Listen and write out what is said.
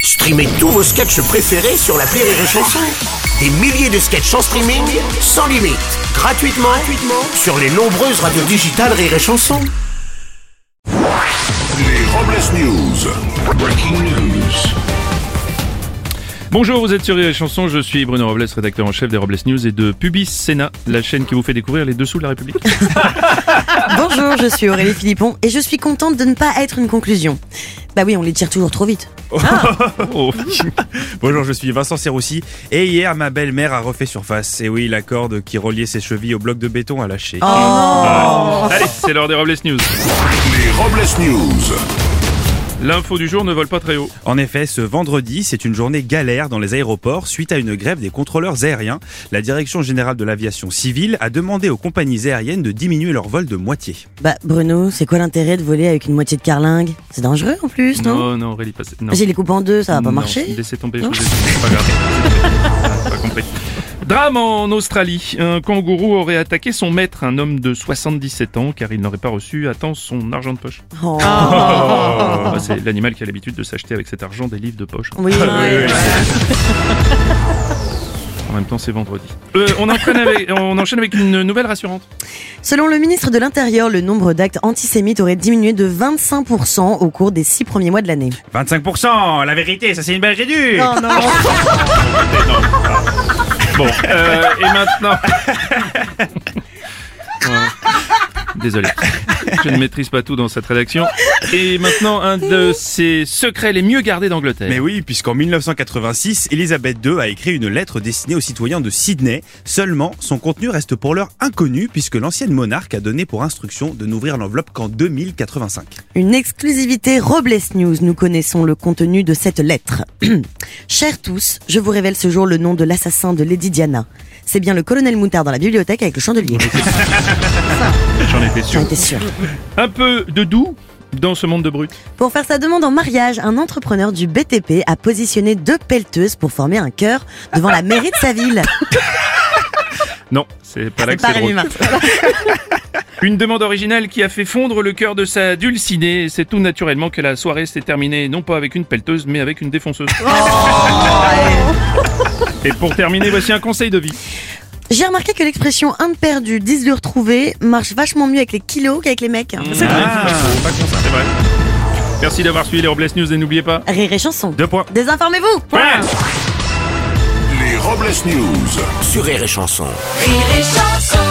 Streamez tous vos sketchs préférés sur la Rire et Chanson. Des milliers de sketchs en streaming, sans limite, gratuitement, gratuitement sur les nombreuses radios digitales Rire et Chanson. Les Robles News. Breaking news. Bonjour, vous êtes sur Rire et Chanson, je suis Bruno Robles, rédacteur en chef des Robles News et de Pubis Sénat, la chaîne qui vous fait découvrir les dessous de la République. Bonjour, je suis Aurélie Philippon et je suis contente de ne pas être une conclusion. Bah oui, on les tire toujours trop vite. Oh. Bonjour, je suis Vincent Serroussi et hier ma belle-mère a refait surface. Et oui, la corde qui reliait ses chevilles au bloc de béton a lâché. Oh. Allez, c'est l'heure des Robles News. Les Robles News. L'info du jour ne vole pas très haut. En effet, ce vendredi, c'est une journée galère dans les aéroports suite à une grève des contrôleurs aériens. La Direction générale de l'aviation civile a demandé aux compagnies aériennes de diminuer leur vol de moitié. Bah Bruno, c'est quoi l'intérêt de voler avec une moitié de carlingue C'est dangereux en plus, non non, non, Aurélie, pas... non. Vas-y, les coupe en deux, ça va pas Non, marcher Laissez tomber, je vous ai dit, c'est pas grave. pas compris. Drame en Australie. Un kangourou aurait attaqué son maître, un homme de 77 ans, car il n'aurait pas reçu à temps son argent de poche. Oh. Ah, c'est l'animal qui a l'habitude de s'acheter avec cet argent des livres de poche. Oui, ouais. En même temps, c'est vendredi. Euh, on, enchaîne avec, on enchaîne avec une nouvelle rassurante. Selon le ministre de l'Intérieur, le nombre d'actes antisémites aurait diminué de 25% au cours des six premiers mois de l'année. 25%, la vérité, ça c'est une belle réduction Non, non, Bon, euh, et maintenant. Ouais. Désolé, je ne maîtrise pas tout dans cette rédaction. Et maintenant, un de ses secrets les mieux gardés d'Angleterre. Mais oui, puisqu'en 1986, Elisabeth II a écrit une lettre destinée aux citoyens de Sydney. Seulement, son contenu reste pour l'heure inconnu, puisque l'ancienne monarque a donné pour instruction de n'ouvrir l'enveloppe qu'en 2085. Une exclusivité Robles News, nous connaissons le contenu de cette lettre. Chers tous, je vous révèle ce jour le nom de l'assassin de Lady Diana. C'est bien le colonel Moutard dans la bibliothèque avec le chandelier. J'en étais sûr. J'en étais sûr. Un peu de doux dans ce monde de brut. Pour faire sa demande en mariage, un entrepreneur du BTP a positionné deux pelleteuses pour former un chœur devant la mairie de sa ville. Non, c'est pas là que c'est Par drôle. humain. Une demande originale qui a fait fondre le cœur de sa dulcinée. C'est tout naturellement que la soirée s'est terminée, non pas avec une pelleteuse, mais avec une défonceuse. Et pour terminer, voici un conseil de vie. J'ai remarqué que l'expression un de perdu, 10 de retrouvé marche vachement mieux avec les kilos qu'avec les mecs. C'est Ah. vrai. Merci d'avoir suivi les Robles News et n'oubliez pas. Rire et chanson. Deux points. Désinformez-vous. Les Robles News. Sur Rire et Chanson. Rire et chanson.